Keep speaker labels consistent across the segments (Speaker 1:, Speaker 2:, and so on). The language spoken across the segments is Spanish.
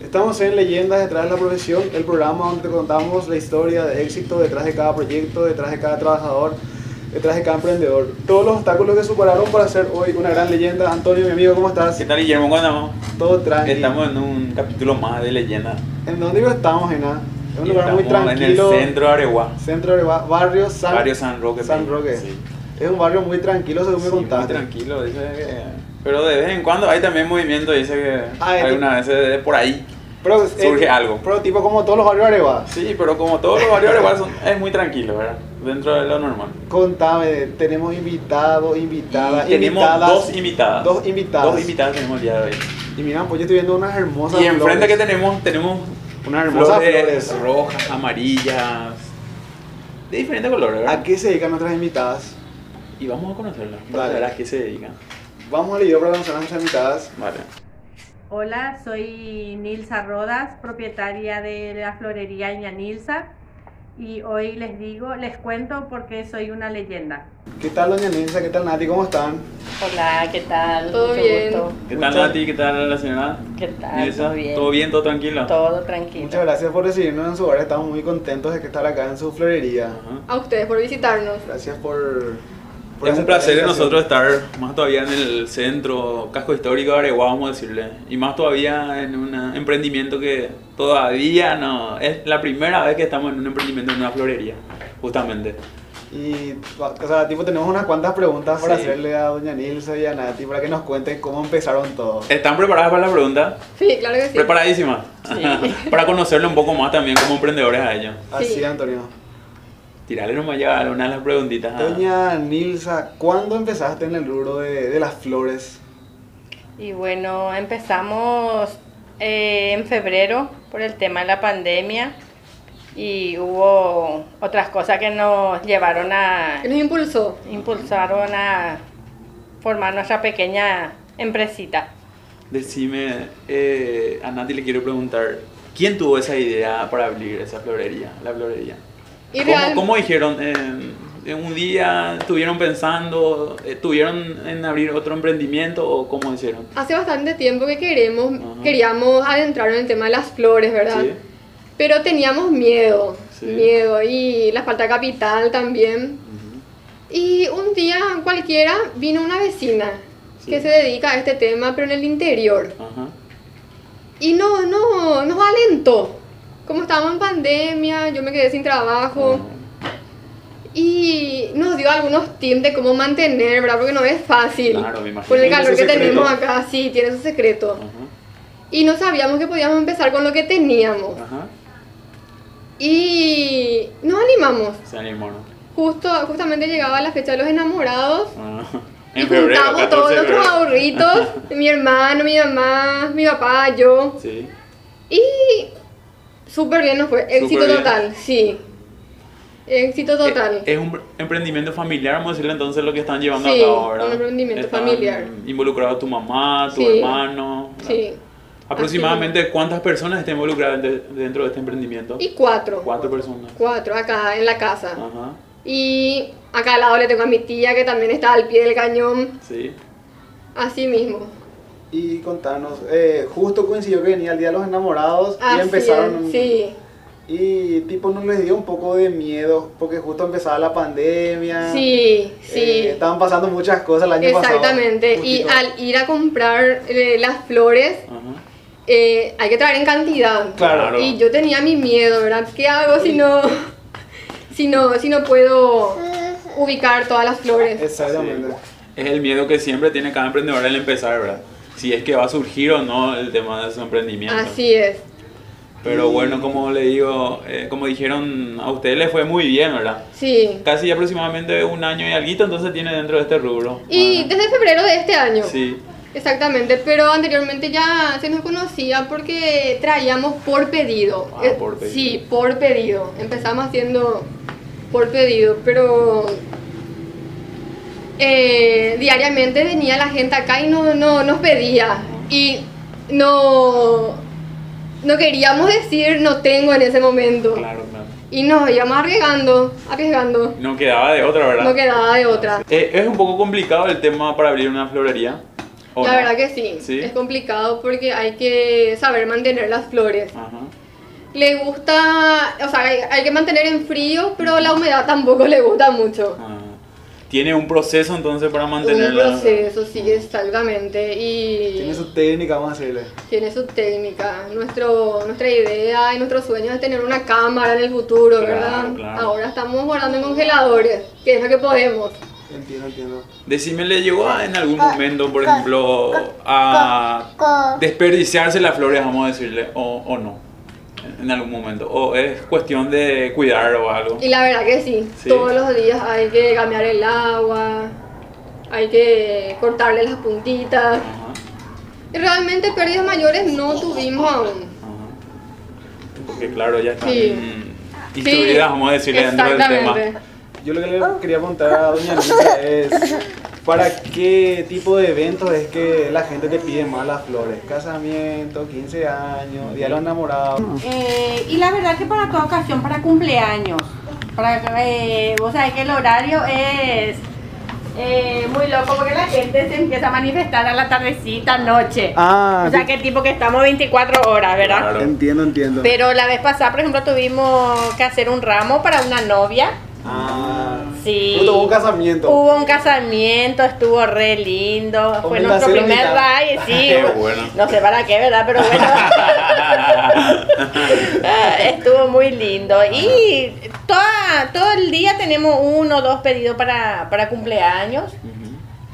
Speaker 1: Estamos en Leyendas detrás de la profesión, el programa donde te contamos la historia de éxito detrás de cada proyecto, detrás de cada trabajador, detrás de cada emprendedor. Todos los obstáculos que superaron para hacer hoy una gran leyenda. Antonio, mi amigo, ¿cómo estás?
Speaker 2: ¿Qué tal, Guillermo? Bueno,
Speaker 1: Todo tranquilo.
Speaker 2: estamos en un capítulo más de Leyenda.
Speaker 1: ¿En dónde digo estamos, Gena? Es un
Speaker 2: Y
Speaker 1: lugar muy
Speaker 2: estamos
Speaker 1: tranquilo.
Speaker 2: En el centro de Areguá,
Speaker 1: Centro de Ba- barrio San,
Speaker 2: barrio San Roque.
Speaker 1: San Roque.
Speaker 2: Sí,
Speaker 1: Es un barrio muy tranquilo, según
Speaker 2: Sí,
Speaker 1: me
Speaker 2: muy
Speaker 1: contaste.
Speaker 2: tranquilo, dice que... Pero de vez en cuando hay también movimiento, dice que
Speaker 1: Ah, es-
Speaker 2: algunas veces de por ahí.
Speaker 1: Pero, eh,
Speaker 2: Surge algo.
Speaker 1: Pero tipo como todos los barrios de Areva.
Speaker 2: Sí, pero como todos los barrios de Areguá son- es muy tranquilo, ¿verdad? Dentro de lo normal.
Speaker 1: Contame, tenemos invitados, invitadas,
Speaker 2: Y tenemos
Speaker 1: invitadas.
Speaker 2: dos invitadas.
Speaker 1: Dos invitadas.
Speaker 2: Dos invitadas tenemos el día de hoy.
Speaker 1: Y mira, pues yo estoy viendo unas hermosas
Speaker 2: Y enfrente que
Speaker 1: flores.
Speaker 2: tenemos, tenemos
Speaker 1: Unas hermosas flores.
Speaker 2: rojas, amarillas, de diferentes colores, ¿verdad?
Speaker 1: ¿A qué se dedican nuestras invitadas?
Speaker 2: Y vamos a conocerlas, para
Speaker 1: Dale.
Speaker 2: saber a qué se dedican.
Speaker 1: Vamos al video para conocer a nuestras invitadas.
Speaker 2: Vale.
Speaker 3: Hola, soy Nilsa Rodas, propietaria de la florería Ña Nilsa y hoy les digo, les cuento porque soy una leyenda.
Speaker 1: ¿Qué tal, doña Nilsa? ¿Qué tal, Nati? ¿Cómo están?
Speaker 4: Hola, ¿qué tal?
Speaker 5: Todo
Speaker 4: Mucho
Speaker 5: bien.
Speaker 4: gusto.
Speaker 2: ¿Qué tal
Speaker 1: Muchas-
Speaker 2: Nati? ¿Qué tal la señora?
Speaker 4: ¿Qué tal?
Speaker 2: Nilsa?
Speaker 4: ¿Todo bien?
Speaker 2: ¿Todo bien? ¿Todo tranquilo?
Speaker 4: Todo tranquilo.
Speaker 1: Muchas gracias por recibirnos en su hogar. Estamos muy contentos de que estar acá en su florería.
Speaker 2: Ajá.
Speaker 5: A ustedes por visitarnos.
Speaker 1: Gracias por... por
Speaker 2: Es un
Speaker 1: aceptar
Speaker 2: placer de
Speaker 1: la invitación.
Speaker 2: nosotros estar más todavía en el centro, casco histórico de Areguá, vamos a decirle. Y más todavía en un emprendimiento que todavía no. Es la primera vez que estamos en un emprendimiento en una florería, justamente.
Speaker 1: Y, o sea, tipo, tenemos unas cuantas preguntas para
Speaker 2: Sí.
Speaker 1: hacerle a doña Nilsa y a Nati para que nos cuenten cómo empezaron todo.
Speaker 2: ¿Están preparadas para la pregunta?
Speaker 5: Sí, claro que sí.
Speaker 2: Preparadísimas.
Speaker 4: Sí.
Speaker 2: para conocerle un poco más también como emprendedores a ellos.
Speaker 1: Así, Antonio.
Speaker 2: Tirarle nomás ya algunas de las preguntitas. a-
Speaker 1: Doña Nilsa, ¿cuándo empezaste en el rubro de, de las flores?
Speaker 4: Y bueno, empezamos eh, en febrero por el tema de la pandemia y hubo otras cosas que nos llevaron a,
Speaker 5: ¿Qué nos impulsó?
Speaker 4: impulsaron a formar nuestra pequeña empresita.
Speaker 2: Decime, eh, a Nati le quiero preguntar, ¿quién tuvo esa idea para abrir esa florería, la florería?
Speaker 5: Y
Speaker 2: ¿Cómo,
Speaker 5: real-
Speaker 2: cómo dijeron? eh, ¿En un día estuvieron pensando, eh, tuvieron en abrir otro emprendimiento o cómo hicieron?
Speaker 5: Hace bastante tiempo que queremos,
Speaker 2: Ajá.
Speaker 5: queríamos adentrar en el tema de las flores, ¿verdad?
Speaker 2: Sí.
Speaker 5: Pero teníamos miedo,
Speaker 2: Sí.
Speaker 5: miedo y la falta de capital también. Y un día cualquiera vino una vecina
Speaker 2: Sí.
Speaker 5: que se dedica a este tema, pero en el interior.
Speaker 2: Ajá.
Speaker 5: Y no, no, nos alentó. Como estábamos en pandemia, yo me quedé sin trabajo. Y nos dio algunos tips de cómo mantener, ¿verdad? Porque no es fácil.
Speaker 2: Claro, me imagino.
Speaker 5: Por el
Speaker 1: Tiene
Speaker 5: calor
Speaker 1: su
Speaker 5: que
Speaker 1: secreto.
Speaker 5: tenemos acá, sí, tiene su secreto.
Speaker 2: Ah. Ajá.
Speaker 5: Y no sabíamos que podíamos empezar con lo que teníamos.
Speaker 2: Ajá.
Speaker 5: Y nos animamos.
Speaker 2: Se animaron.
Speaker 5: Justo, justamente llegaba la fecha de los enamorados.
Speaker 2: Ajá.
Speaker 5: y juntamos
Speaker 2: 14
Speaker 5: todos
Speaker 2: de
Speaker 5: nuestros
Speaker 2: febrero.
Speaker 5: ahorritos. mi hermano, mi mamá, mi papá, yo.
Speaker 2: Sí.
Speaker 5: Y súper bien nos fue. Éxito
Speaker 2: bien.
Speaker 5: total, sí. Éxito total.
Speaker 2: Eh, Es, un emprendimiento familiar, vamos a decirle entonces lo que están llevando
Speaker 5: Sí,
Speaker 2: a cabo, ¿verdad?
Speaker 5: un emprendimiento
Speaker 2: Están
Speaker 5: familiar.
Speaker 2: Involucrado tu mamá, tu
Speaker 5: Sí.
Speaker 2: hermano. ¿verdad?
Speaker 5: sí.
Speaker 2: Aproximadamente cuántas personas están involucradas de- dentro de este emprendimiento?
Speaker 5: Y cuatro.
Speaker 2: Cuatro Ah. personas.
Speaker 5: Cuatro acá en la casa.
Speaker 2: Ajá.
Speaker 5: Y acá al lado le tengo a mi tía que también está al pie del cañón.
Speaker 2: Sí.
Speaker 5: Así mismo.
Speaker 1: Y contanos, eh, justo coincidió que venía el Día de los Enamorados
Speaker 5: Así
Speaker 1: y
Speaker 5: es,
Speaker 1: empezaron...
Speaker 5: Sí.
Speaker 1: Y tipo, ¿no les dio un poco de miedo? Porque justo empezaba la pandemia.
Speaker 5: Sí, sí.
Speaker 1: Ah, eh, estaban pasando muchas cosas el año pasado.
Speaker 5: Exactamente. Y
Speaker 1: justito.
Speaker 5: al ir a comprar eh, las flores,
Speaker 2: Ajá.
Speaker 5: eh, hay que traer en cantidad.
Speaker 2: Claro.
Speaker 5: Y yo tenía mi miedo, ¿verdad? ¿Qué hago si no, si no, si no puedo ubicar todas las flores?
Speaker 1: Exactamente.
Speaker 2: Es el miedo que siempre tiene cada emprendedor al empezar, ¿verdad? Si es que va a surgir o no el tema de su emprendimiento.
Speaker 5: Así es.
Speaker 2: Pero bueno, como le digo, eh, como dijeron, a ustedes les fue muy bien, ¿verdad?
Speaker 5: Sí.
Speaker 2: Casi aproximadamente un año y alguito, entonces tiene dentro de este rubro.
Speaker 5: Y
Speaker 2: Bueno.
Speaker 5: desde febrero de este año.
Speaker 2: Sí.
Speaker 5: Exactamente, pero anteriormente ya se nos conocía porque traíamos por pedido.
Speaker 2: Ah,
Speaker 5: Eh,
Speaker 2: por pedido.
Speaker 5: Sí, por pedido. Empezamos haciendo por pedido, pero eh, diariamente venía la gente acá y no, no, nos pedía. Y no, no queríamos decir no tengo en ese momento.
Speaker 2: Claro, claro.
Speaker 5: Y nos íbamos arriesgando, arriesgando.
Speaker 2: No quedaba de otra, ¿verdad?
Speaker 5: No quedaba de otra.
Speaker 2: Eh, es un poco complicado el tema para abrir una florería. ¿O
Speaker 5: la
Speaker 2: no?
Speaker 5: verdad que sí,
Speaker 2: ¿Sí?
Speaker 5: es complicado porque hay que saber mantener las flores.
Speaker 2: Ajá.
Speaker 5: Le gusta, o sea, hay, hay que mantener en frío, pero la humedad tampoco le gusta mucho.
Speaker 2: Ah. Tiene un proceso entonces para
Speaker 5: Un
Speaker 2: mantenerla.
Speaker 5: proceso, sí, exactamente. Y
Speaker 1: Tiene su técnica, vamos a decirle.
Speaker 5: tiene su técnica. Nuestro, nuestra idea y nuestro sueño es tener una cámara en el futuro,
Speaker 2: Claro,
Speaker 5: ¿verdad?
Speaker 2: claro.
Speaker 5: Ahora estamos guardando en congeladores, que es lo que podemos.
Speaker 1: Entiendo, entiendo.
Speaker 2: Decime, ¿le llegó a- en algún
Speaker 5: Ah,
Speaker 2: momento, por ejemplo, a desperdiciarse las flores, vamos a decirle, o, o no? En algún momento. ¿O es cuestión de cuidar o algo?
Speaker 5: Y la verdad que sí,
Speaker 2: Sí.
Speaker 5: todos los días hay que cambiar el agua, hay que cortarle las puntitas.
Speaker 2: Ajá,
Speaker 5: Y realmente pérdidas mayores no tuvimos aún.
Speaker 2: ajá. Porque claro, ya están
Speaker 5: Sí.
Speaker 2: instruidas, vamos a decirle, dentro del tema.
Speaker 5: exactamente.
Speaker 1: Yo lo que
Speaker 4: Ah.
Speaker 1: le quería preguntar a Doña Anita es: ¿para qué tipo de eventos es que la gente te pide más las flores? Casamiento, 15 años, día de los enamorados.
Speaker 3: Eh, y la verdad que para toda ocasión, para cumpleaños, para, eh, vos sabés que el horario es eh, muy loco porque la gente se empieza a manifestar a la tardecita, noche.
Speaker 1: Ah,
Speaker 3: o sea que tipo que estamos 24 horas, ¿verdad?
Speaker 2: Claro.
Speaker 1: entiendo, entiendo.
Speaker 4: Pero la vez pasada, por ejemplo, tuvimos que hacer un ramo para una novia.
Speaker 1: Ah,
Speaker 4: Sí.
Speaker 1: Pero tuvo un casamiento.
Speaker 4: Hubo un casamiento, estuvo re lindo. Fue
Speaker 1: Obligación
Speaker 4: nuestro primer
Speaker 1: invitada.
Speaker 4: ride, sí.
Speaker 2: Qué bueno.
Speaker 4: No sé para qué, ¿verdad? Pero bueno. Ah, estuvo muy lindo. Y toda, todo el día tenemos uno o dos pedidos para, para cumpleaños.
Speaker 2: Ujú.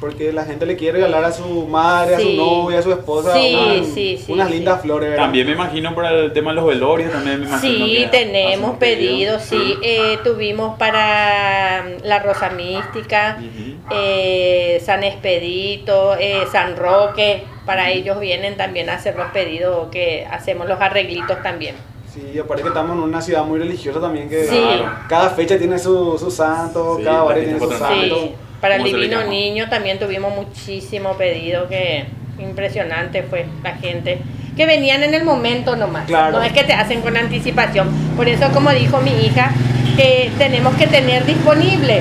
Speaker 1: Porque la gente le quiere regalar a su madre, a su
Speaker 4: Sí.
Speaker 1: novia, a su esposa
Speaker 4: Sí,
Speaker 1: un-
Speaker 4: sí, sí,
Speaker 1: unas
Speaker 4: sí.
Speaker 1: lindas flores. ¿verdad?
Speaker 2: También me imagino para el tema de los velorios, también me imagino.
Speaker 4: Sí,
Speaker 2: que
Speaker 4: tenemos
Speaker 2: hacen pedido.
Speaker 4: pedidos, sí. Eh, tuvimos para mm, la Rosa Mística,
Speaker 2: Ujú.
Speaker 4: eh, San Expedito, eh, San Roque. Para ellos vienen también a hacer los pedidos que hacemos los arreglitos también.
Speaker 1: Sí, y aparte que estamos en una ciudad muy religiosa también que
Speaker 4: Sí.
Speaker 1: cada fecha tiene su, su santo,
Speaker 2: Sí,
Speaker 1: cada
Speaker 2: la
Speaker 1: barrio
Speaker 2: fiesta
Speaker 1: tiene su
Speaker 2: patronal.
Speaker 1: santo.
Speaker 4: Sí, para el
Speaker 2: ¿Cómo se le
Speaker 4: Divino
Speaker 2: llama?
Speaker 4: Niño también tuvimos muchísimo pedido que impresionante fue la gente que venían en el momento nomás.
Speaker 1: Claro.
Speaker 4: No es que te hacen con anticipación. Por eso, como dijo mi hija, que tenemos que tener disponible.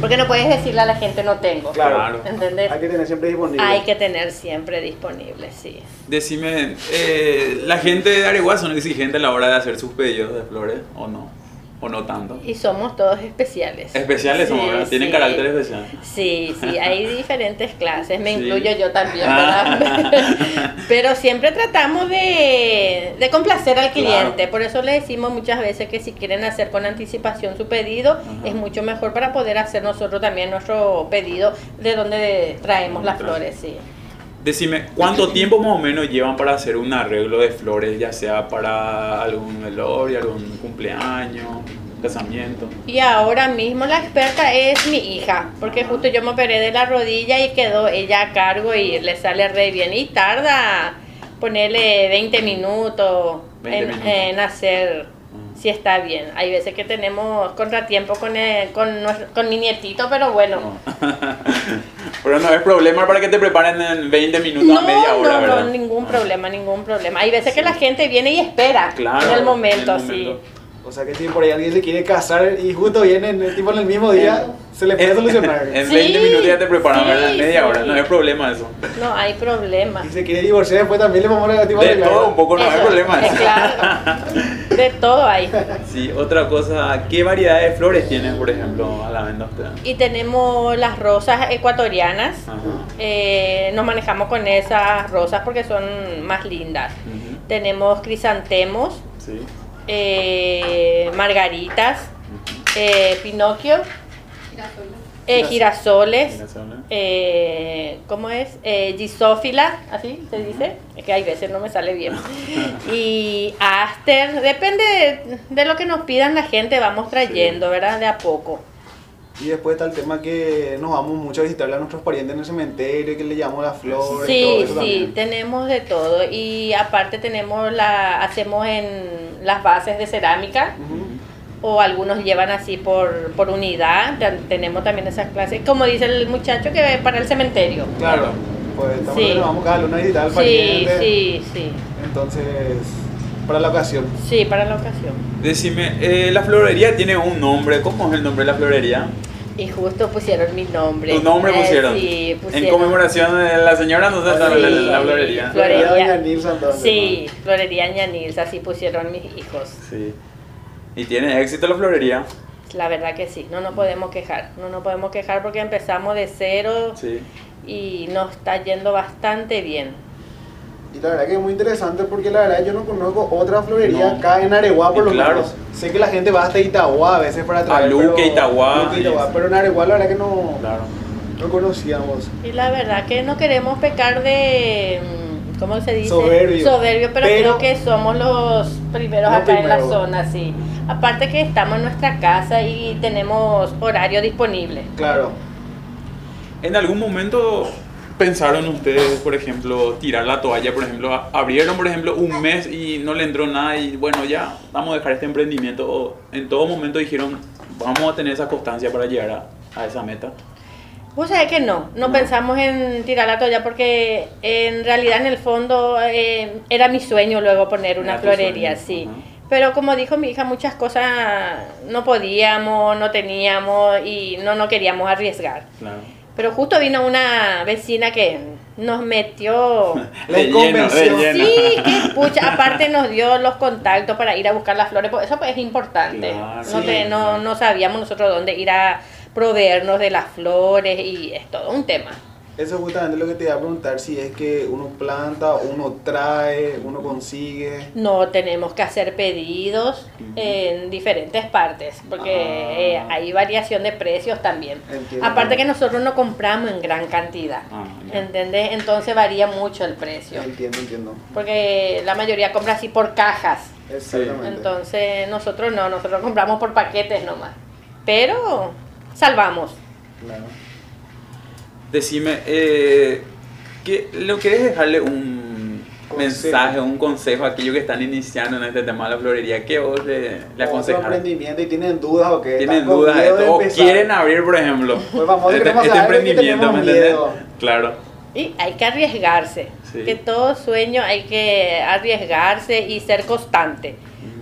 Speaker 4: Porque no puedes decirle a la gente no tengo.
Speaker 1: Claro.
Speaker 4: ¿Entendés?
Speaker 1: Hay que tener siempre disponible.
Speaker 4: Hay que tener siempre disponible, sí.
Speaker 2: Decime, eh, ¿la gente de Areguá son exigentes a la hora de hacer sus pedidos de flores o no? ¿O no tanto?
Speaker 4: Y somos todos especiales.
Speaker 2: Especiales somos,
Speaker 4: Sí,
Speaker 2: ¿verdad? Tienen
Speaker 4: sí.
Speaker 2: carácter especial.
Speaker 4: Sí, sí, hay diferentes clases, me
Speaker 2: Sí.
Speaker 4: incluyo yo también,
Speaker 2: Ah.
Speaker 4: ¿verdad? Pero siempre tratamos de, de complacer al cliente,
Speaker 2: Claro.
Speaker 4: por eso le decimos muchas veces que si quieren hacer con anticipación su pedido,
Speaker 2: Ajá.
Speaker 4: es mucho mejor para poder hacer nosotros también nuestro pedido de donde traemos las
Speaker 2: Claro.
Speaker 4: flores, sí.
Speaker 2: Decime, ¿cuánto tiempo más o menos llevan para hacer un arreglo de flores, ya sea para algún velorio, algún cumpleaños, casamiento?
Speaker 4: Y ahora mismo la experta es mi hija, porque justo yo me operé de la rodilla y quedó ella a cargo y le sale re bien. Y tarda ponerle 20 minutos,
Speaker 2: 20
Speaker 4: en,
Speaker 2: minutos.
Speaker 4: en hacer
Speaker 2: Mm.
Speaker 4: si está bien. Hay veces que tenemos contratiempo con, el- con, nuestro- con mi nietito, pero bueno.
Speaker 2: Pero no es problema para que te preparen en 20 minutos
Speaker 4: No,
Speaker 2: a media hora,
Speaker 4: no, no,
Speaker 2: ¿verdad?
Speaker 4: ningún
Speaker 2: Ah.
Speaker 4: problema, ningún problema. Hay veces que la gente viene y espera
Speaker 2: Claro.
Speaker 4: en el momento, sí.
Speaker 2: momento.
Speaker 1: O sea que si por ahí alguien se quiere casar y justo vienen el tipo en el mismo día, se le puede solucionar.
Speaker 2: En
Speaker 4: Sí,
Speaker 2: 20 minutos ya te preparan, ¿verdad? En
Speaker 4: sí,
Speaker 2: media
Speaker 4: sí.
Speaker 2: hora, no es problema eso.
Speaker 4: No hay problema.
Speaker 1: Y se quiere divorciar después también le vamos a la tipo
Speaker 2: De todo un poco no hay
Speaker 4: Eso,
Speaker 2: problema.
Speaker 4: eh, claro. De todo hay.
Speaker 2: Sí, otra cosa, ¿qué variedad de flores tienen, por ejemplo, a la venta usted?
Speaker 4: Y tenemos las rosas ecuatorianas.
Speaker 2: Ajá.
Speaker 4: Eh, nos manejamos con esas rosas porque son más lindas.
Speaker 2: Ujú.
Speaker 4: Tenemos crisantemos,
Speaker 2: Sí.
Speaker 4: eh, margaritas, eh, pinocchio, eh,
Speaker 1: Girasol.
Speaker 4: girasoles,
Speaker 2: Girasoles.
Speaker 4: eh, ¿cómo es? Eh, gisófila, así se dice. Es que hay veces no me sale bien. Y aster, depende de, de lo que nos pidan la gente, vamos trayendo, ¿verdad? De a poco.
Speaker 1: Y después está el tema que nos vamos mucho a visitar a nuestros parientes en el cementerio y que le llamamos las flores. todo
Speaker 4: Sí,
Speaker 1: eso
Speaker 4: sí,
Speaker 1: también.
Speaker 4: tenemos de todo y aparte tenemos la hacemos en las bases de cerámica
Speaker 1: Ujú.
Speaker 4: o algunos llevan así por, por unidad, Te- tenemos también esas clases, como dice el muchacho que ve para el cementerio.
Speaker 1: Claro, pues estamos
Speaker 4: Sí.
Speaker 1: nos vamos cada luna a visitar al
Speaker 4: Sí,
Speaker 1: pariente.
Speaker 4: sí, sí.
Speaker 1: Entonces, para la ocasión.
Speaker 4: Sí, para la ocasión.
Speaker 2: Decime, eh, la florería tiene un nombre, ¿cómo es el nombre de la florería?
Speaker 4: Y justo pusieron mi nombre.
Speaker 2: Tu nombre
Speaker 4: Eh,
Speaker 2: pusieron.
Speaker 4: Sí, pusieron.
Speaker 2: En conmemoración de la señora nos da la,
Speaker 4: Sí.
Speaker 2: la- la florería.
Speaker 4: Flore-
Speaker 1: Florería
Speaker 4: Florería.
Speaker 1: Doña Nilsa, entonces,
Speaker 4: Sí, Florería Ñanils, así pusieron mis hijos.
Speaker 2: Sí. Y tiene éxito la florería.
Speaker 4: La verdad que sí, no nos podemos quejar. No nos podemos quejar porque empezamos de cero
Speaker 2: Sí.
Speaker 4: y nos está yendo bastante bien.
Speaker 1: ¿no? Y la verdad que es muy interesante porque la verdad yo no conozco otra florería
Speaker 2: No.
Speaker 1: acá en Areguá por
Speaker 2: Y
Speaker 1: lo
Speaker 2: claro.
Speaker 1: menos. Sé que la gente va hasta Itagua a veces para traer.
Speaker 2: Luque,
Speaker 1: pero-
Speaker 2: Itagua,
Speaker 1: Luque,
Speaker 2: y
Speaker 1: Itagua,
Speaker 2: eso.
Speaker 1: Pero en Areguá la verdad que no,
Speaker 2: Claro.
Speaker 1: no conocíamos.
Speaker 4: Y la verdad que no queremos pecar de. mm, ¿Cómo se dice?
Speaker 1: Soberbio.
Speaker 4: Soberbio, pero,
Speaker 1: Pero-
Speaker 4: creo que somos los primeros
Speaker 1: Los
Speaker 4: acá en la
Speaker 1: primeros.
Speaker 4: zona, sí. Aparte que estamos en nuestra casa y tenemos horario disponible.
Speaker 1: Claro.
Speaker 2: ¿En algún momento pensaron ustedes, por ejemplo, tirar la toalla? Por ejemplo, a- abrieron, por ejemplo, un mes y no le entró nada y bueno, ya vamos a dejar este emprendimiento. O en todo momento dijeron, vamos a tener esa constancia para llegar a, a esa meta.
Speaker 4: Vos sabés que no, no,
Speaker 2: No.
Speaker 4: pensamos en tirar la toalla porque en realidad en el fondo eh, era mi sueño luego poner una
Speaker 2: Era tu
Speaker 4: florería,
Speaker 2: sueño,
Speaker 4: sí.
Speaker 2: ajá.
Speaker 4: Pero como dijo mi hija, muchas cosas no podíamos, no teníamos y no nos queríamos arriesgar.
Speaker 2: Claro.
Speaker 4: Pero justo vino una vecina que nos metió...
Speaker 1: La
Speaker 2: De lleno, de
Speaker 1: convención.
Speaker 2: lleno.
Speaker 4: Sí, que pucha, aparte nos dio los contactos para ir a buscar las flores, porque eso pues es importante.
Speaker 2: Claro.
Speaker 4: no, te-
Speaker 1: Sí.
Speaker 4: no, no sabíamos nosotros dónde ir a proveernos de las flores y es todo un tema.
Speaker 1: Eso es justamente lo que te iba a preguntar, si es que uno planta, uno trae, uno consigue.
Speaker 4: No tenemos que hacer pedidos en diferentes partes, porque
Speaker 2: Ah.
Speaker 4: eh, hay variación de precios también.
Speaker 1: Entiendo.
Speaker 4: Aparte que nosotros no compramos en gran cantidad,
Speaker 2: Ah, ya.
Speaker 4: ¿entendés? Entonces varía mucho el precio,
Speaker 1: Entiendo, entiendo.
Speaker 4: porque la mayoría compra así por cajas.
Speaker 1: Exactamente.
Speaker 4: Entonces nosotros no, nosotros compramos por paquetes nomás. Pero salvamos.
Speaker 1: Claro.
Speaker 2: Decime, eh, ¿qué, ¿lo querés dejarle un
Speaker 1: Consejo.
Speaker 2: mensaje, un consejo a aquellos que están iniciando en este tema de la florería? ¿Qué vos le, le
Speaker 1: Otro
Speaker 2: aconsejas?
Speaker 1: emprendimiento y tienen dudas o que
Speaker 2: tienen
Speaker 1: están con
Speaker 2: dudas de
Speaker 1: miedo
Speaker 2: esto o
Speaker 1: empezar.
Speaker 2: quieren abrir, por ejemplo, Este,
Speaker 1: Pues vamos, queremos saber que tenemos miedo.
Speaker 2: Claro,
Speaker 4: Y hay que arriesgarse.
Speaker 2: Sí.
Speaker 4: Que todo sueño hay que arriesgarse y ser constante.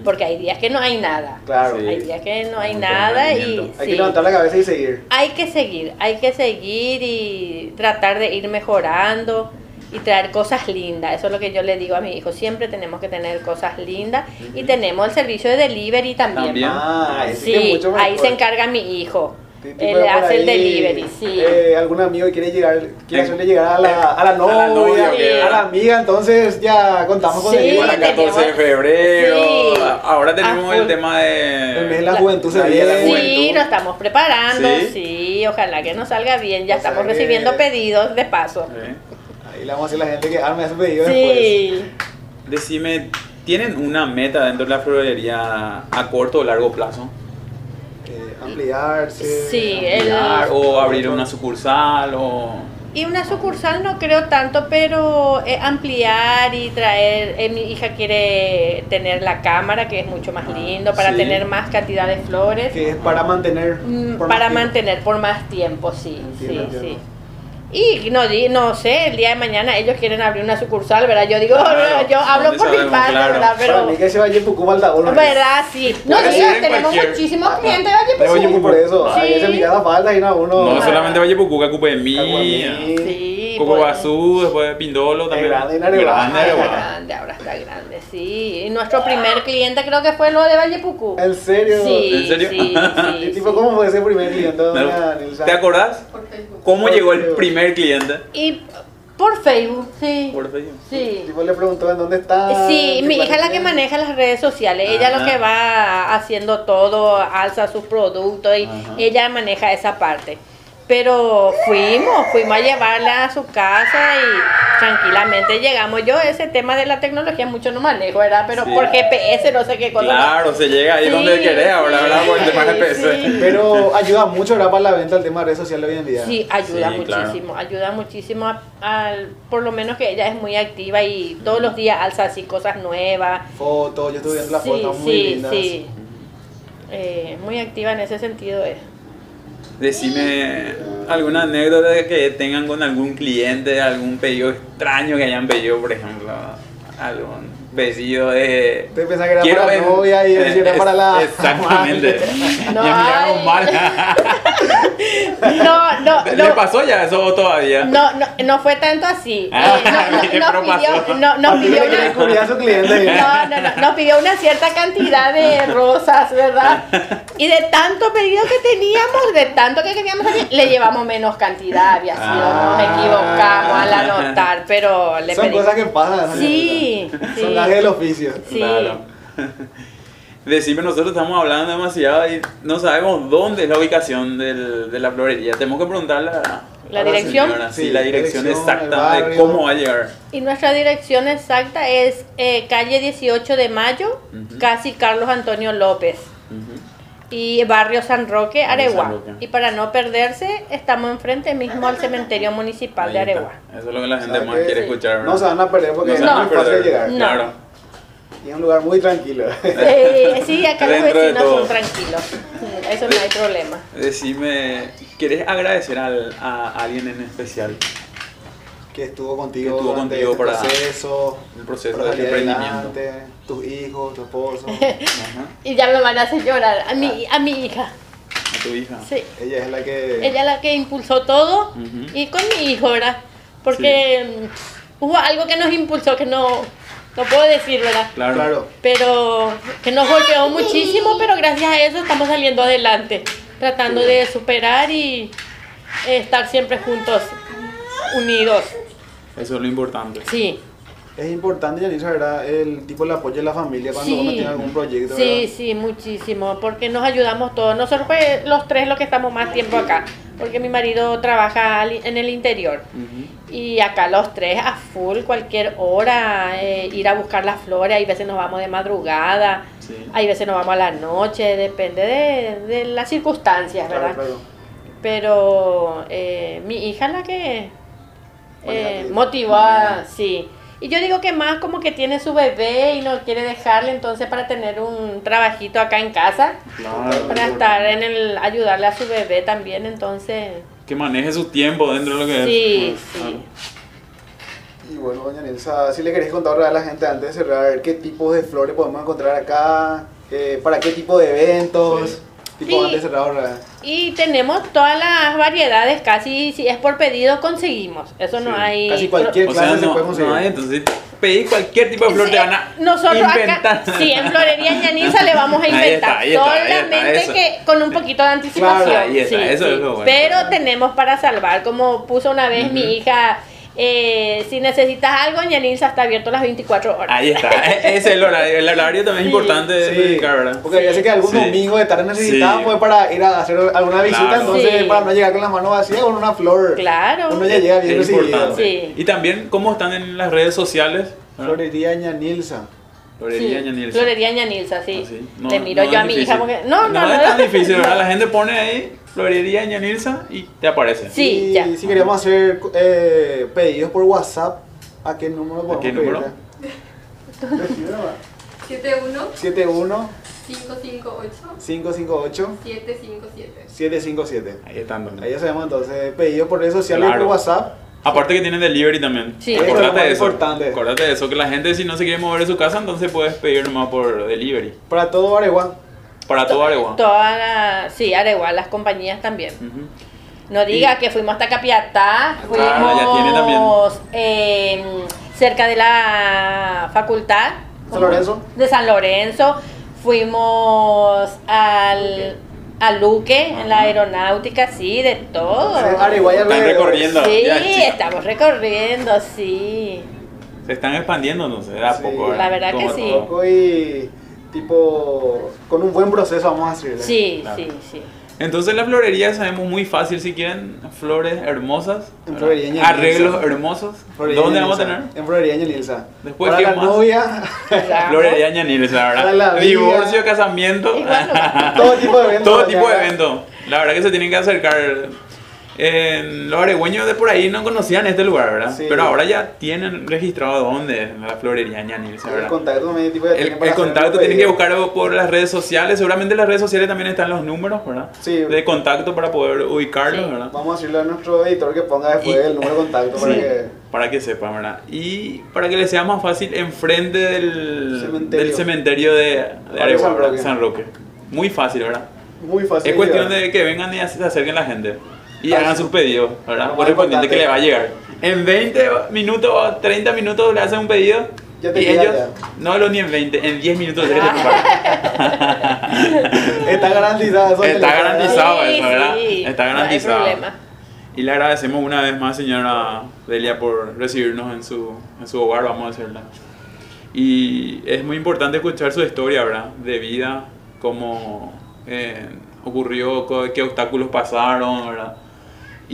Speaker 4: Porque hay días que no hay nada.
Speaker 1: Claro.
Speaker 2: Sí.
Speaker 4: Hay días que no hay
Speaker 2: Mucho
Speaker 4: nada y
Speaker 2: movimiento.
Speaker 1: Ah, Hay
Speaker 4: sí.
Speaker 1: que levantar la cabeza y seguir.
Speaker 4: hay que seguir, hay que seguir y tratar de ir mejorando y traer cosas lindas. Eso es lo que yo le digo a mis hijos. Siempre tenemos que tener cosas lindas y tenemos el servicio de delivery
Speaker 2: También.
Speaker 1: Ah, ese que es
Speaker 4: Sí,
Speaker 1: mucho
Speaker 4: ahí
Speaker 1: mejor.
Speaker 4: se encarga mi hijo.
Speaker 1: Ti- tipo
Speaker 4: Él
Speaker 1: por
Speaker 4: hace el
Speaker 1: ahí,
Speaker 4: delivery, sí.
Speaker 1: eh, algún amigo quiere llegar, quiere
Speaker 2: Eh,
Speaker 1: hacerle llegar a la, a la novia, a la,
Speaker 2: novia,
Speaker 4: ok.
Speaker 1: amiga, entonces ya contamos con
Speaker 4: Sí,
Speaker 1: el
Speaker 2: Igual
Speaker 1: delivery.
Speaker 2: el 14 de
Speaker 4: tenemos-
Speaker 2: febrero.
Speaker 4: Sí.
Speaker 2: Ahora tenemos
Speaker 4: A
Speaker 2: el
Speaker 4: full.
Speaker 2: tema de.
Speaker 1: El mes de la
Speaker 4: La-
Speaker 1: juventud se
Speaker 2: la vida de la
Speaker 1: viene.
Speaker 4: Sí, nos estamos preparando,
Speaker 2: Sí.
Speaker 4: sí. ojalá que nos salga bien. Ya
Speaker 1: O sea
Speaker 4: estamos
Speaker 1: que-
Speaker 4: recibiendo pedidos de paso.
Speaker 2: Eh,
Speaker 1: Ahí le vamos a decir a la gente que arme ese pedido después.
Speaker 4: Sí.
Speaker 2: Decime, ¿tienen una meta dentro de la florería a corto o largo plazo?
Speaker 1: Eh, ampliarse.
Speaker 4: Sí, el-
Speaker 1: ampliar,
Speaker 2: ¿O abrir una sucursal? ¿O.?
Speaker 4: Y una sucursal no creo tanto, pero eh, ampliar y traer, eh, mi hija quiere tener la cámara, que es mucho más
Speaker 2: Ah,
Speaker 4: lindo, para
Speaker 2: sí.
Speaker 4: tener más cantidad de flores,
Speaker 1: que es para mantener.
Speaker 4: mm,
Speaker 1: por más
Speaker 4: para
Speaker 1: tiempo.
Speaker 4: mantener por más tiempo, sí,
Speaker 1: Entiendo,
Speaker 4: sí,
Speaker 1: entiendo.
Speaker 4: sí. Y no, di- no sé, el día de mañana ellos quieren abrir una sucursal, ¿verdad? Yo digo,
Speaker 2: Claro,
Speaker 4: yo hablo
Speaker 2: no
Speaker 4: por mi
Speaker 2: sabemos,
Speaker 4: parte,
Speaker 2: claro.
Speaker 4: ¿verdad?
Speaker 1: Para mí
Speaker 4: Pero,
Speaker 1: que se vaya en Pucuma al Tauro.
Speaker 4: ¿verdad? Sí. No,
Speaker 2: Puede
Speaker 4: sí,
Speaker 2: ser en
Speaker 4: tenemos
Speaker 2: cualquier-
Speaker 4: muchísimos clientes de Valle
Speaker 1: Te oye
Speaker 4: Pucú.
Speaker 1: por eso. Ahí
Speaker 4: Sí.
Speaker 1: se mira la falda y no, uno.
Speaker 2: No, solamente Valle Pucuca, Cupemí,
Speaker 1: Caguamí.
Speaker 4: Sí,
Speaker 2: Coco
Speaker 4: por-
Speaker 2: Guazú, después Pindolo también.
Speaker 1: pues. grande, en Areguá.
Speaker 2: Grande,
Speaker 4: Ahora está
Speaker 2: Areguá.
Speaker 4: grande, ahora está grande, sí. Y nuestro primer cliente creo que fue lo de Valle Pucú.
Speaker 1: ¿En serio?
Speaker 4: Sí,
Speaker 2: ¿En serio?
Speaker 4: sí, sí,
Speaker 1: ¿Y tipo
Speaker 4: sí.
Speaker 1: cómo fue ese primer cliente? doña Nilsa?
Speaker 2: ¿Te acordás?
Speaker 5: Por Facebook.
Speaker 2: ¿Cómo
Speaker 1: Por
Speaker 2: llegó el
Speaker 1: Facebook.
Speaker 2: primer cliente?
Speaker 4: Y por Facebook, sí.
Speaker 2: Por Facebook.
Speaker 4: Sí.
Speaker 1: Tipo le preguntó en dónde está.
Speaker 4: Sí,
Speaker 1: ¿Qué
Speaker 4: mi
Speaker 1: plan
Speaker 4: hija es la que
Speaker 1: tiene?
Speaker 4: maneja las redes sociales. Ella es
Speaker 2: Ajá.
Speaker 4: lo que va haciendo todo, alza sus productos y
Speaker 2: Ajá.
Speaker 4: ella maneja esa parte. Pero fuimos, fuimos a llevarla a su casa y tranquilamente llegamos. Yo ese tema de la tecnología mucho no manejo, ¿verdad? Pero
Speaker 2: Sí.
Speaker 4: por GPS no sé qué cosa.
Speaker 2: Claro, se llega ahí donde
Speaker 4: Sí,
Speaker 2: querés ahora,
Speaker 4: sí,
Speaker 2: ¿verdad? Por el tema
Speaker 4: sí,
Speaker 2: GPS.
Speaker 4: sí.
Speaker 1: Pero ayuda mucho ahora para la venta el tema de redes sociales hoy en día.
Speaker 4: Sí, ayuda
Speaker 2: Sí, claro.
Speaker 4: muchísimo, ayuda muchísimo, a- al- por lo menos que ella es muy activa y todos los días alza así cosas nuevas.
Speaker 1: Fotos, yo estuve viendo las
Speaker 4: sí,
Speaker 1: fotos muy
Speaker 4: sí,
Speaker 1: lindas.
Speaker 4: sí. Eh, muy activa en ese sentido es.
Speaker 2: Decime alguna anécdota que tengan con algún cliente, algún pedido extraño que hayan pedido, por ejemplo, algún pedido de...
Speaker 1: Usted pensaba que era
Speaker 2: Quiero
Speaker 1: para la
Speaker 2: ven-
Speaker 1: novia y
Speaker 2: eh,
Speaker 1: era
Speaker 2: es-
Speaker 1: para la.
Speaker 2: Exactamente.
Speaker 4: No,
Speaker 2: Ya miraron
Speaker 4: ay.
Speaker 2: mal.
Speaker 4: No, no,
Speaker 2: ¿Le
Speaker 4: no.
Speaker 2: pasó ya eso o todavía?
Speaker 4: No, no, no fue tanto así.
Speaker 2: Ah,
Speaker 4: Eh, no, no,
Speaker 2: ¿qué
Speaker 4: nos,
Speaker 2: broma
Speaker 4: pidió,
Speaker 2: pasó?
Speaker 4: no, nos pidió
Speaker 1: que
Speaker 4: una,
Speaker 1: descubrir a su cliente. digamos.
Speaker 4: no, no, no, nos pidió una cierta cantidad de rosas, ¿verdad? Y de tanto pedido que teníamos, de tanto que queríamos hacer, le llevamos menos cantidad, había sido, nos
Speaker 1: Ah.
Speaker 4: equivocamos al anotar, pero le
Speaker 1: Son
Speaker 4: pedimos.
Speaker 1: cosas que pasan. ¿no?
Speaker 4: Sí,
Speaker 1: Son
Speaker 4: sí.
Speaker 1: gajes del oficio.
Speaker 4: Sí.
Speaker 2: Decime, nosotros estamos hablando demasiado y no sabemos dónde es la ubicación del- de la florería. Tenemos que preguntarle a a
Speaker 4: ¿La dirección?
Speaker 2: señora, sí,
Speaker 1: Sí,
Speaker 2: la dirección
Speaker 1: dirección,
Speaker 2: exacta
Speaker 1: el
Speaker 2: de
Speaker 1: barrio.
Speaker 2: cómo va a llegar.
Speaker 4: Y nuestra dirección exacta es eh, calle 18 de Mayo,
Speaker 2: Ujú.
Speaker 4: casi Carlos Antonio López.
Speaker 2: Ujú.
Speaker 4: Y barrio San Roque, Aregua.
Speaker 2: San Roque.
Speaker 4: Y para no perderse, estamos enfrente mismo al cementerio municipal de
Speaker 2: Ahí está.
Speaker 4: Aregua.
Speaker 2: Eso es lo que la gente
Speaker 1: O sea
Speaker 2: más
Speaker 1: que
Speaker 2: quiere
Speaker 4: sí.
Speaker 2: escuchar. ¿verdad?
Speaker 1: No se van a perder porque
Speaker 2: No
Speaker 1: es
Speaker 2: se
Speaker 1: muy
Speaker 2: van a
Speaker 1: fácil
Speaker 2: perder.
Speaker 1: llegar.
Speaker 4: No.
Speaker 2: Claro.
Speaker 1: Y es un lugar muy tranquilo.
Speaker 4: Eh, sí, acá los
Speaker 2: Dentro de
Speaker 4: vecinos
Speaker 2: todo.
Speaker 4: son tranquilos. Eso no hay problema.
Speaker 2: Decime, ¿quieres agradecer al- a alguien en especial
Speaker 1: que estuvo contigo
Speaker 2: Que estuvo
Speaker 1: durante
Speaker 2: contigo
Speaker 1: este
Speaker 2: para-
Speaker 1: proceso,
Speaker 2: el proceso
Speaker 1: para
Speaker 2: de
Speaker 1: salir
Speaker 2: emprendimiento?
Speaker 1: adelante, tus hijos, tu esposo.
Speaker 2: Ajá.
Speaker 4: Y ya me van a hacer llorar. A mi, a mi hija.
Speaker 2: A tu hija.
Speaker 4: Sí.
Speaker 1: Ella es la que
Speaker 4: Ella es la que impulsó todo.
Speaker 2: Ujú.
Speaker 4: Y con mi hijo, ¿verdad? Porque mm, hubo algo que nos impulsó que no, no puedo decir, ¿verdad?
Speaker 2: Claro.
Speaker 1: Claro.
Speaker 4: pero que nos golpeó muchísimo, pero gracias a eso estamos saliendo adelante, tratando de superar y eh, estar siempre juntos, unidos.
Speaker 2: Eso es lo importante.
Speaker 4: Sí,
Speaker 1: es importante, Yanisa, ¿verdad? El tipo el apoyo de la familia cuando
Speaker 4: Sí.
Speaker 1: uno tiene algún proyecto.
Speaker 4: sí,
Speaker 1: ¿verdad?
Speaker 4: sí, muchísimo, porque nos ayudamos todos. Nosotros pues, los tres los que estamos más tiempo acá, porque mi marido trabaja al- en el interior.
Speaker 2: Ujú.
Speaker 4: Y acá los tres a full, cualquier hora, eh, ir a buscar las flores, hay veces nos vamos de madrugada,
Speaker 2: Sí.
Speaker 4: hay veces nos vamos a la noche, depende de, de las circunstancias,
Speaker 1: Claro,
Speaker 4: ¿verdad?
Speaker 1: claro.
Speaker 4: Pero eh, mi hija es la que eh,
Speaker 1: Motiva.
Speaker 4: motivó, a- sí. Y yo digo que más como que tiene su bebé y no quiere dejarle entonces para tener un trabajito acá en casa,
Speaker 2: Claro.
Speaker 4: para estar en el, ayudarle a su bebé también, entonces,
Speaker 2: Que maneje su tiempo dentro de lo que
Speaker 4: sí,
Speaker 2: es. ah.
Speaker 4: sí.
Speaker 1: Y bueno, doña Nelsa, si le querés contar ahora a la gente antes de cerrar, ¿qué tipos de flores podemos encontrar acá? Eh, ¿Para qué tipo de eventos?
Speaker 2: Sí.
Speaker 1: Tipo
Speaker 4: Sí.
Speaker 1: antes de cerrar ahora.
Speaker 4: Y tenemos todas las variedades, casi si es por pedido conseguimos. Eso no
Speaker 2: Sí,
Speaker 4: hay.
Speaker 1: casi cualquier- ¿Qué
Speaker 2: O sea,
Speaker 1: clases se
Speaker 2: no,
Speaker 1: puede conseguir?
Speaker 2: no hay, entonces pedí cualquier tipo de flor, te van a
Speaker 4: Nosotros
Speaker 2: inventar.
Speaker 4: acá, sí, en Florería Ñaniza le vamos a
Speaker 2: Ahí
Speaker 4: inventar.
Speaker 2: está, ahí está, ahí está,
Speaker 4: solamente
Speaker 2: eso.
Speaker 4: que con un poquito de anticipación.
Speaker 1: Claro,
Speaker 2: ahí está,
Speaker 4: sí,
Speaker 2: eso
Speaker 4: sí.
Speaker 2: es lo bueno.
Speaker 4: Pero tenemos para salvar, como puso una vez
Speaker 2: Ujú.
Speaker 4: mi hija, eh, si necesitas algo, Ñaniza está abierto las 24 horas.
Speaker 2: Ahí está, e- ese es el horario. El horario también es
Speaker 4: Sí.
Speaker 2: importante de dedicar, ¿verdad?
Speaker 1: Porque ya sé que algún
Speaker 2: Sí.
Speaker 1: domingo de tarde necesitaba
Speaker 2: Sí.
Speaker 1: pues, para ir a hacer alguna visita,
Speaker 2: Claro.
Speaker 1: entonces
Speaker 4: Sí.
Speaker 1: para no llegar con las manos vacías con una flor.
Speaker 4: Claro.
Speaker 1: Uno ya llega bien
Speaker 2: Es
Speaker 1: recibido.
Speaker 2: importante. Ah.
Speaker 4: Sí.
Speaker 2: Y también cómo están en las redes sociales. ¿verdad?
Speaker 1: Florería Ña Nilsa.
Speaker 2: Florería
Speaker 4: Sí,
Speaker 2: Ñanilza.
Speaker 4: Florería Ñaniza, sí.
Speaker 2: Ah, sí. No,
Speaker 4: le miro
Speaker 2: no es
Speaker 4: yo a mi
Speaker 2: difícil.
Speaker 4: hija porque. No, no,
Speaker 2: es tan difícil, ¿verdad? La gente pone ahí Florería Ñanilza y te aparece.
Speaker 4: Sí,
Speaker 1: y
Speaker 4: ya.
Speaker 1: si queremos hacer eh, pedidos por WhatsApp, ¿a qué número podemos
Speaker 2: qué
Speaker 1: pedirle?
Speaker 2: número?
Speaker 5: 71
Speaker 1: 71
Speaker 5: 558
Speaker 1: 558
Speaker 5: 757.
Speaker 1: 757.
Speaker 2: Ahí están. ¿no?
Speaker 1: Ahí ya sabemos entonces, pedidos por redes sociales y
Speaker 2: Claro.
Speaker 1: por WhatsApp.
Speaker 2: Aparte que tienen delivery también.
Speaker 4: Sí.
Speaker 2: Acordate
Speaker 4: Eso
Speaker 1: es lo más
Speaker 2: de eso.
Speaker 1: importante.
Speaker 2: Acordate de eso, que la gente si no se quiere mover de su casa, entonces puedes pedir nomás por delivery.
Speaker 1: Para todo Areguá.
Speaker 2: Para todo Areguá.
Speaker 4: Todas las. Sí, Areguá, las compañías también.
Speaker 2: Ujú.
Speaker 4: No diga
Speaker 2: Y-
Speaker 4: que fuimos hasta Capiatá,
Speaker 2: claro, ya tiene también.
Speaker 4: fuimos em, cerca de la facultad.
Speaker 1: ¿San Lorenzo?
Speaker 4: De San Lorenzo. Fuimos al, a Luque, en la
Speaker 2: Ajá.
Speaker 4: aeronáutica, sí, de todo.
Speaker 1: Entonces, Areguá y
Speaker 2: Están
Speaker 1: alrededores.
Speaker 2: recorriendo.
Speaker 4: Sí,
Speaker 2: Ya, chica.
Speaker 4: estamos recorriendo, sí.
Speaker 2: Se están expandiendo, entonces, de a
Speaker 1: Sí.
Speaker 2: poco. ¿verdad?
Speaker 4: La verdad
Speaker 2: Como
Speaker 4: que sí.
Speaker 2: todo.
Speaker 1: Poco y tipo con un buen proceso vamos a ¿eh? hacerle.
Speaker 4: Sí,
Speaker 2: Claro.
Speaker 4: sí, sí.
Speaker 2: Entonces la florería sabemos muy fácil si quieren flores hermosas,
Speaker 1: En florería Ñanilza.
Speaker 2: arreglos hermosos.
Speaker 1: Florería
Speaker 2: ¿Dónde
Speaker 1: Ña
Speaker 2: vamos a
Speaker 1: Nilsa.
Speaker 2: tener?
Speaker 1: En Florería Ña Nilsa.
Speaker 2: Después,
Speaker 1: Para
Speaker 2: ¿qué
Speaker 1: la
Speaker 2: más?
Speaker 1: novia,
Speaker 2: Florería Ñanil, la
Speaker 1: Para la
Speaker 2: verdad.
Speaker 1: vida.
Speaker 2: Divorcio, casamiento.
Speaker 4: Y bueno,
Speaker 1: todo tipo de eventos.
Speaker 2: Ah. Todo tipo de
Speaker 1: ¿verdad?
Speaker 2: evento. La verdad que se tienen que acercar. En los aregüeños de por ahí no conocían este lugar, ¿verdad?
Speaker 1: Sí.
Speaker 2: Pero ahora ya tienen registrado dónde es la florería Ñanil,
Speaker 1: El
Speaker 2: ¿verdad?
Speaker 1: contacto también tipo ya
Speaker 2: El,
Speaker 1: tienen para
Speaker 2: el
Speaker 1: hacer
Speaker 2: contacto
Speaker 1: los
Speaker 2: tienen que
Speaker 1: pedidos.
Speaker 2: buscarlo por las redes sociales. Seguramente en las redes sociales también están los números, ¿verdad?
Speaker 1: Sí.
Speaker 2: De contacto para poder ubicarlos,
Speaker 4: Sí.
Speaker 2: ¿verdad?
Speaker 1: Vamos a decirle a nuestro editor que ponga después
Speaker 2: Y-
Speaker 1: el número de contacto para
Speaker 2: Sí,
Speaker 1: que.
Speaker 2: para que sepan, ¿verdad? Y para que les sea más fácil enfrente del
Speaker 1: Cementerio.
Speaker 2: del cementerio de, de
Speaker 1: Barrio
Speaker 2: Areguá,
Speaker 1: San
Speaker 2: ¿verdad?
Speaker 1: Roque.
Speaker 2: San Roque. Muy fácil, ¿verdad?
Speaker 1: muy fácil.
Speaker 2: Es cuestión
Speaker 1: llegar.
Speaker 2: de que vengan y así se acerquen la gente y
Speaker 1: Ah,
Speaker 2: hagan
Speaker 1: sí.
Speaker 2: sus pedidos,
Speaker 1: Lo
Speaker 2: ¿verdad?
Speaker 1: más
Speaker 2: Por el pendiente
Speaker 1: importante.
Speaker 2: que le va a llegar. En 20 minutos o 30 minutos le hacen un pedido
Speaker 1: Ya te
Speaker 2: y
Speaker 1: llega
Speaker 2: ellos,
Speaker 1: ya.
Speaker 2: no lo ni en 20, en 10 minutos se les prepara.
Speaker 1: Está garantizado. eso
Speaker 2: Está
Speaker 1: que le-
Speaker 2: garantizado. eso, ¿verdad? Está garantizado.
Speaker 4: No hay problema.
Speaker 2: Y le agradecemos una vez más, señora Delia, por recibirnos en su, en su hogar, vamos a hacerla. Y es muy importante escuchar su historia, ¿verdad? De vida, cómo eh, ocurrió, co- qué obstáculos pasaron, ¿verdad?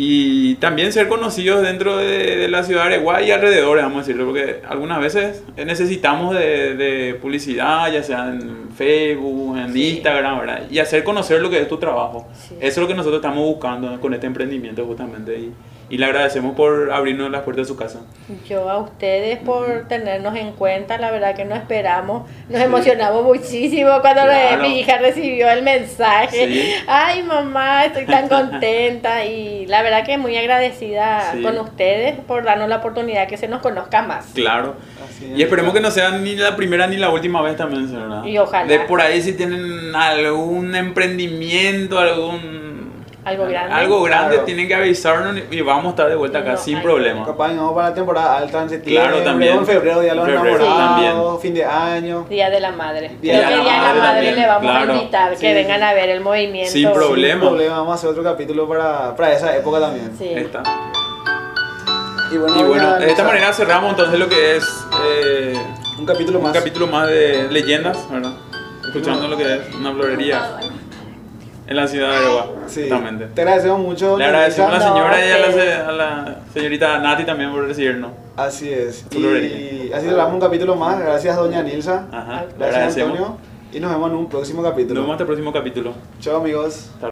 Speaker 2: Y también ser conocidos dentro de, de la ciudad de Areguay y alrededores, vamos a decirlo, porque algunas veces necesitamos de, de publicidad, ya sea en Facebook, en
Speaker 4: Sí.
Speaker 2: Instagram, ¿verdad? Y hacer conocer lo que es tu trabajo.
Speaker 4: Sí.
Speaker 2: Eso es lo que nosotros estamos buscando con este emprendimiento justamente y, y le agradecemos por abrirnos las puertas de su casa.
Speaker 4: Yo a ustedes por tenernos en cuenta, la verdad que no esperamos, nos emocionamos muchísimo cuando re-
Speaker 2: Claro.
Speaker 4: mi hija recibió el mensaje.
Speaker 2: Sí.
Speaker 4: Ay mamá, estoy tan contenta y la verdad que muy agradecida
Speaker 2: Sí.
Speaker 4: con ustedes por darnos la oportunidad que se nos conozca más.
Speaker 2: Claro.
Speaker 1: Así es.
Speaker 2: Y esperemos que no sea ni la primera ni la última vez también, señora.
Speaker 4: Y ojalá.
Speaker 2: De por ahí si tienen algún emprendimiento, algún...
Speaker 4: Algo grande.
Speaker 2: Algo grande,
Speaker 1: Claro.
Speaker 2: tienen que avisarnos y vamos a estar de vuelta acá
Speaker 4: No,
Speaker 2: sin
Speaker 4: hay-
Speaker 2: problema.
Speaker 1: Capaz no para la temporada alta en septiembre,
Speaker 2: Claro, también.
Speaker 1: en febrero, día de los
Speaker 2: Febrero
Speaker 1: enamorados,
Speaker 2: también.
Speaker 1: fin de año.
Speaker 4: Día de la Madre.
Speaker 1: Día de
Speaker 4: Creo que
Speaker 1: la
Speaker 4: Día de la
Speaker 1: Madre
Speaker 4: Madre
Speaker 1: también,
Speaker 4: le vamos
Speaker 2: claro.
Speaker 4: a invitar
Speaker 1: Sí,
Speaker 4: que
Speaker 1: sí.
Speaker 4: vengan a ver el movimiento.
Speaker 2: Sin problema.
Speaker 1: Sin problema, vamos a hacer otro capítulo para, para esa época también.
Speaker 4: Sí.
Speaker 2: Está.
Speaker 1: Y bueno,
Speaker 2: Y bueno,
Speaker 1: ya,
Speaker 2: de esta
Speaker 1: Luisa,
Speaker 2: manera cerramos entonces lo que es eh,
Speaker 1: un capítulo
Speaker 2: un
Speaker 1: más.
Speaker 2: capítulo más de leyendas, ¿verdad? Escuchando lo que es una florería en la ciudad de Areguá.
Speaker 1: Sí.
Speaker 2: Exactamente.
Speaker 1: Te agradecemos mucho.
Speaker 2: Le
Speaker 1: Luisa.
Speaker 2: agradecemos a la
Speaker 4: No,
Speaker 2: señora y a la,
Speaker 4: sí.
Speaker 2: se- a la señorita Nati también por recibirnos.
Speaker 1: Así es.
Speaker 2: Su
Speaker 1: Y
Speaker 2: florería.
Speaker 1: así cerramos un capítulo más. Gracias, doña Nilsa.
Speaker 2: Ajá, Ah, le
Speaker 1: Gracias,
Speaker 2: agradecemos.
Speaker 1: Antonio. Y nos vemos en un próximo
Speaker 2: Nos
Speaker 1: capítulo.
Speaker 2: vemos hasta el próximo capítulo.
Speaker 1: Chao, amigos.